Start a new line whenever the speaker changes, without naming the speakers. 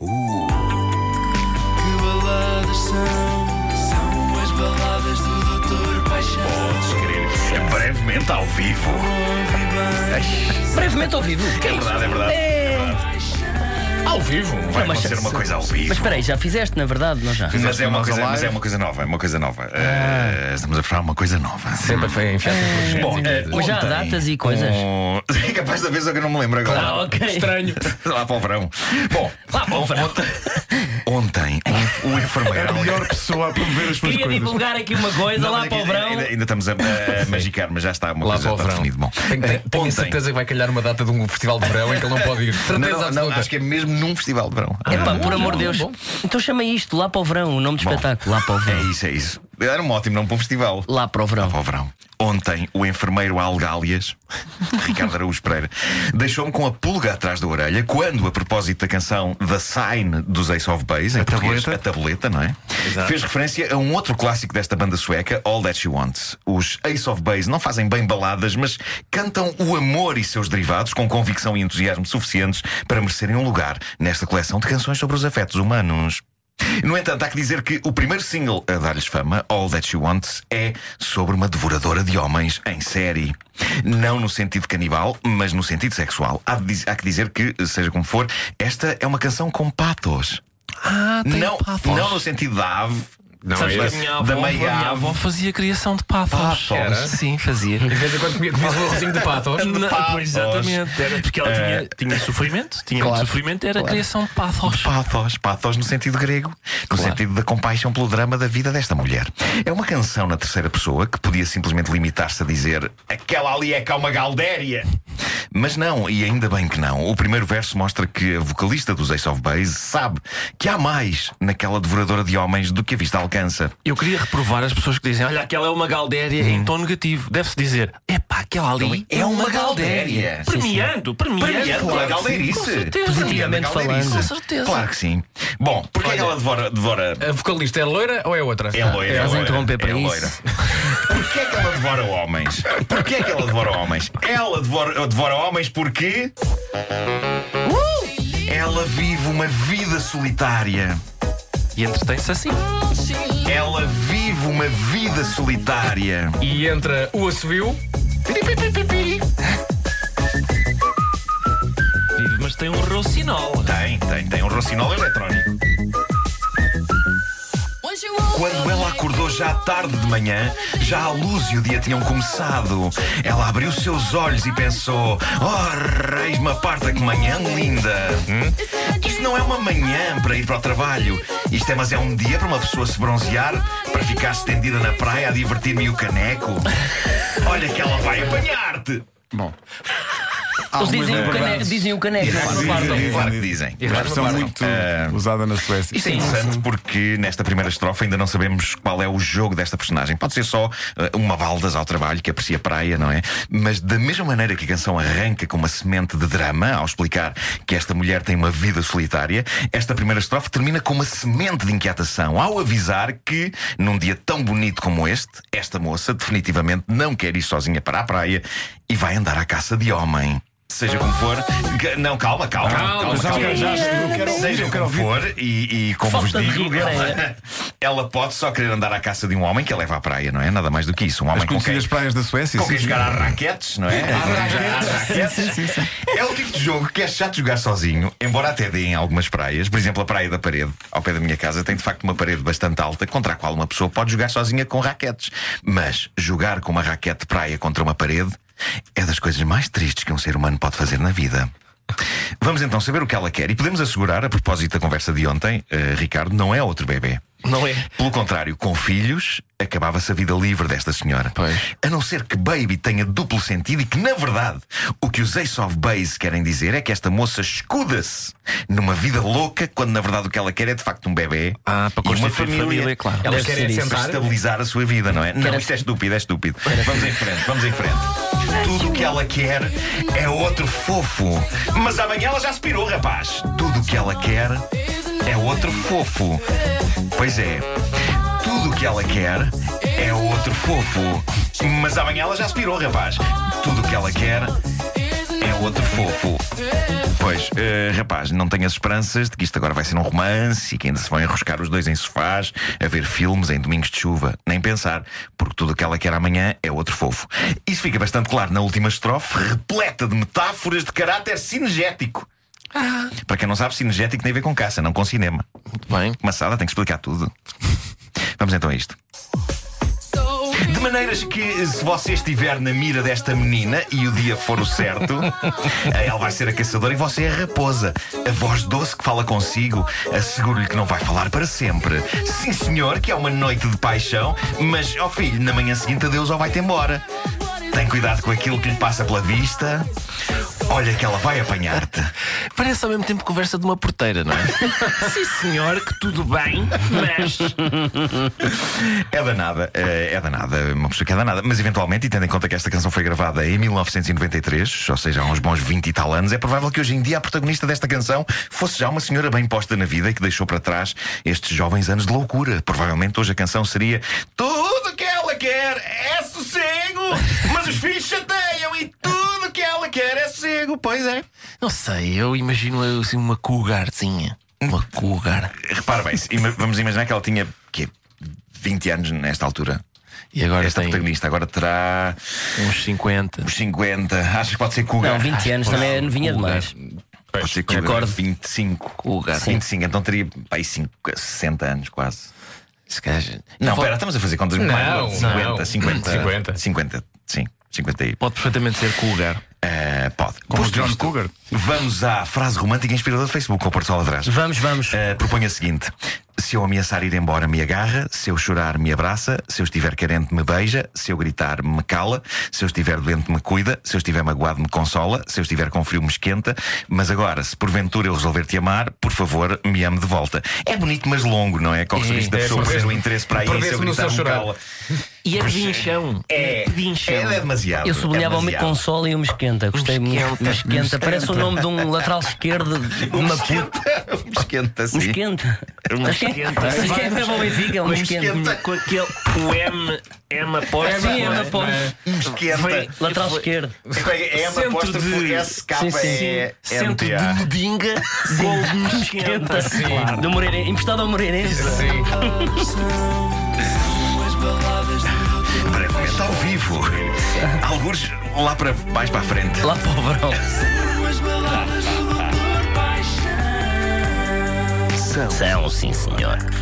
Uh, é brevemente ao vivo.
Brevemente ao vivo.
É verdade, é verdade.
É.
Ao vivo? Vai
mas-
acontecer uma coisa ao vivo.
Mas espera aí, já fizeste, na verdade, não já?
Mas é, uma
Nós
coisa,
Alive. Ah.
mas é uma coisa nova, é uma coisa nova. Eh, estamos a falar uma coisa nova.
Sempre foi enfiado por
Bom, eh,
Hoje há
ontem,
datas e coisas.
com- É capaz de haver só que eu não me lembro agora.
Ah, ok.
Estranho.
Lá para o verão. Bom,
Lá para o verão.
ontem um- o enfermeiro.
A melhor pessoa a promover as suas
Queria
coisas.
divulgar aqui uma coisa
Não,
lá
mas
para o
aqui
verão.
Ainda, ainda estamos a, a magicar, mas já está uma
Lá
coisa
para
já
o
está
verão.
definido. Bom,
Tenho, tenho-
eh,
tenho
ontem-
a certeza que vai calhar uma data de um festival de verão em que ele não pode ir. Certeza
Não, não,
absoluta.
acho que é mesmo num festival de verão.
Epá,
Ah,
por
bom,
amor
bom,
de Deus.
bom.
Então chama isto, lá para o verão, o nome do
Bom.
espetáculo, lá para o
É
verão.
isso, é isso. Era um ótimo nome para um festival.
Lá para o verão.
Ao verão. Ontem, o enfermeiro Algálias, Ricardo Araújo Pereira, deixou-me com a pulga atrás da orelha quando, a propósito da canção The Sign dos Ace of Base, em a
tableta.
a tableta, não é?
Exato.
Fez referência a um outro clássico desta banda sueca, All That She Wants. Os Ace of Base não fazem bem baladas, mas cantam o amor e seus derivados com convicção e entusiasmo suficientes para merecerem um lugar nesta coleção de canções sobre os afetos humanos. No entanto, há que dizer que o primeiro single a dar-lhes fama, All That She Wants, é sobre uma devoradora de homens em série. Não no sentido canibal, mas no sentido sexual. Há, de diz- há que dizer que, seja como for, esta é uma canção com patos.
Ah, tem
Não,
pathos.
não no sentido da ave,
Não,
sabes,
é
da-
esse.
da,
A
meia
minha
ave.
avó fazia criação de pathos.
Pathos.
Era? Sim, fazia.
De vez em quando comia comia um arrozinho de patos.
Não,
pathos.
pois, exatamente. Era porque ela tinha, tinha sofrimento, tinha muito
Claro.
sofrimento, era a criação de pathos.
Pathos, pathos no sentido grego, no sentido da compaixão pelo drama da vida desta mulher. É uma canção na terceira pessoa que podia simplesmente limitar-se a dizer aquela ali é cá uma galdéria. Mas não, e ainda bem que não. O primeiro verso mostra que a vocalista dos Ace of Base sabe que há mais naquela devoradora de homens do que a vista alcança.
Eu queria reprovar as pessoas que dizem: Olha, aquela é uma galdéria em tom negativo. Deve-se dizer: Epá, aquela ali
É uma galdéria.
Premiando, premiando.
Premiando é a galdeirice.
Com certeza.
Premiando é a
Positivamente
galdeirice.
falando. Com certeza.
Claro que sim. Bom, porque é que ela devora- devora
A vocalista é loira ou é outra?
É loira.
Estás
é
a
loira,
interromper
é
para isso?
loira. Porquê é que ela devora homens? Porquê é que ela devora homens? Ela devora, devora homens porque. Ela vive uma vida solitária.
E entretém-se assim.
Ela vive uma vida solitária.
E entra o assobio.
Vive, Mas tem um rocinol.
Tem, tem, tem um rocinol eletrónico. Quando ela acordou já tarde de manhã, já a luz e o dia tinham começado. Ela abriu seus olhos e pensou: Oh, reis, uma parta que manhã linda! Hum? Isto não é uma manhã para ir para o trabalho. Isto é, mas é um dia para uma pessoa se bronzear, para ficar estendida na praia a divertir-me o caneco. Olha que ela vai apanhar-te!
Bom,
Eles
algumas
dizem o, cane...
liberdades.
dizem o caneco. é?
Claro que
Claro.
dizem, claro que dizem.
Uma expressão muito usada na Suécia.
Isto é interessante porque nesta primeira estrofe ainda não sabemos qual é o jogo desta personagem. Pode ser só eh, uma baldas ao trabalho que aprecia a praia, não é? Mas da mesma maneira que a canção arranca com uma semente de drama, ao explicar que esta mulher tem uma vida solitária, esta primeira estrofe termina com uma semente de inquietação, ao avisar que, num dia tão bonito como este, esta moça definitivamente não quer ir sozinha para a praia e vai andar à caça de homem. Seja como for, que- não, calma, calma. calma,
já- já- eu quero ouvir,
Seja
eu quero
como for, e, e como
Falta
vos
de
digo,
rigor,
é?
ela, ela pode só querer andar à caça de um homem que a leva à praia, não é? Nada mais do que isso. Um homem
As
com quem,
conhecidas praias da Suécia.
com quem
sim.
jogar a raquetes, não é? A raquetes. É o tipo de jogo que é chato jogar sozinho, embora até dê em algumas praias. Por exemplo, a Praia da Parede, ao pé da minha casa, tem de facto uma parede bastante alta contra a qual uma pessoa pode jogar sozinha com raquetes. Mas jogar com uma raquete de praia contra uma parede é das coisas mais tristes que um ser humano pode fazer na vida. Vamos então saber o que ela quer e podemos assegurar, a propósito da conversa de ontem, eh, Ricardo, não é outro bebê.
Não é?
Pelo contrário, com filhos, acabava-se a vida livre desta senhora.
Pois.
A não ser que Baby tenha duplo sentido e que, na verdade, o que os Ace of Base querem dizer é que esta moça escuda-se numa vida louca, quando na verdade o que ela quer é de facto um bebê
Ah, para
e uma
constituir
família.
família, claro.
Ela
Deve ser
quer é
isso.
Para
sentar.
estabilizar a sua vida, não é? Não,
Quero-
isto é estúpido, é estúpido. Vamos em frente, vamos em frente. Tudo o que ela quer é outro fofo. Mas amanhã ela já se pirou, rapaz. Tudo o que ela quer é outro fofo. Pois é. Tudo o que ela quer é outro fofo. Mas amanhã ela já se pirou, rapaz. Tudo o que ela quer É outro fofo. Pois, eh, rapaz, não tenho as esperanças de que isto agora vai ser um romance e que ainda se vão enroscar os dois em sofás a ver filmes em domingos de chuva. Nem pensar, porque tudo o que ela quer amanhã é outro fofo. Isso fica bastante claro na última estrofe, repleta de metáforas de caráter cinegético. Para quem não sabe, cinegético tem a ver com caça, não com cinema.
Muito bem.
Massada tem que explicar tudo. Vamos então a isto. De maneiras que, se você estiver na mira desta menina e o dia for o certo, ela vai ser a caçadora e você é a raposa. A voz doce que fala consigo, asseguro-lhe que não vai falar para sempre. Sim, senhor, que é uma noite de paixão, mas, ó filho, na manhã seguinte adeus ou vai-te embora. Tem cuidado com aquilo que lhe passa pela vista. Olha que ela vai apanhar-te.
Parece ao mesmo tempo conversa de uma porteira, não é? Sim, senhor, que tudo bem, mas.
É danada, eh, é danada, uma pessoa que é danada. Mas eventualmente, e tendo em conta que esta canção foi gravada em 1993, ou seja, há uns bons 20 e tal anos, é provável que hoje em dia a protagonista desta canção fosse já uma senhora bem posta na vida e que deixou para trás estes jovens anos de loucura. Provavelmente hoje a canção seria Tudo o que ela quer é sossego, mas os filhos chateiam e tudo o que ela quer é sossego. Pois é.
Não sei, eu imagino assim uma cougarzinha. Uma cougar.
Repara bem, se ima- vamos imaginar que ela tinha quê? 20 anos nesta altura.
E agora
Esta
tem
protagonista agora terá
uns 50.
Os 50, achas que pode ser Cougar?
Não, 20 anos também é novinha demais.
Pode ser Cougar.
Concordo.
25. Cougar. 25, então teria aí 50, 60 anos quase.
Se calhar.
Não,
pode-
espera, tá- estamos a fazer contas
Não,
mais-
não.
50, 50,
50.
50, sim, 50 aí.
Pode perfeitamente ser cougar.
Eh, pode.
Como o
Posto
John
isto,
Cougar.
Vamos à frase romântica inspiradora do Facebook com o Porto Sol atrás.
Vamos, vamos.
Eh, proponho a seguinte: se eu ameaçar ir embora, me agarra, se eu chorar, me abraça, se eu estiver carente, me beija, se eu gritar, me cala, se eu estiver doente, me cuida, se eu estiver magoado, me consola, se eu estiver com frio, me esquenta. Mas agora, se porventura eu resolver te amar, por favor, me ame de volta. É bonito, mas longo, não é? Corre o
É,
risco da
é,
pessoa perder
perder-se-
o interesse para aí, se eu
perder-se no
gritar,
seu
me
chorar.
cala.
E é pedinchão.
É,
pedinchão.
é demasiado.
Eu sublinhava
é
o me
demasiado.
console e o me esquenta. Gostei muito. Me esquenta. Parece o nome de um lateral esquerdo de
Um
uma puta.
esquenta, um esquenta, sim.
Me esquenta.
Um
Mas quem-
esquenta.
mas Quem é que leva o Benfica? Um
Um
esquenta.
esquenta.
Com aquele. O M. M aposta.
Sim, é uma ponte.
Um esquenta.
Lateral
Foi-
esquerdo.
É uma
Centro
aposta
de-
SK
Sim, sim.
é
Centro
MTA.
de Medinga, gol de Mesquenta.
Esquenta. Do Moreirense. Emprestado ao Moreirense.
Brevemente ao vivo. Alguns lá para mais para a frente.
Lá para o verão. São, sim, senhor.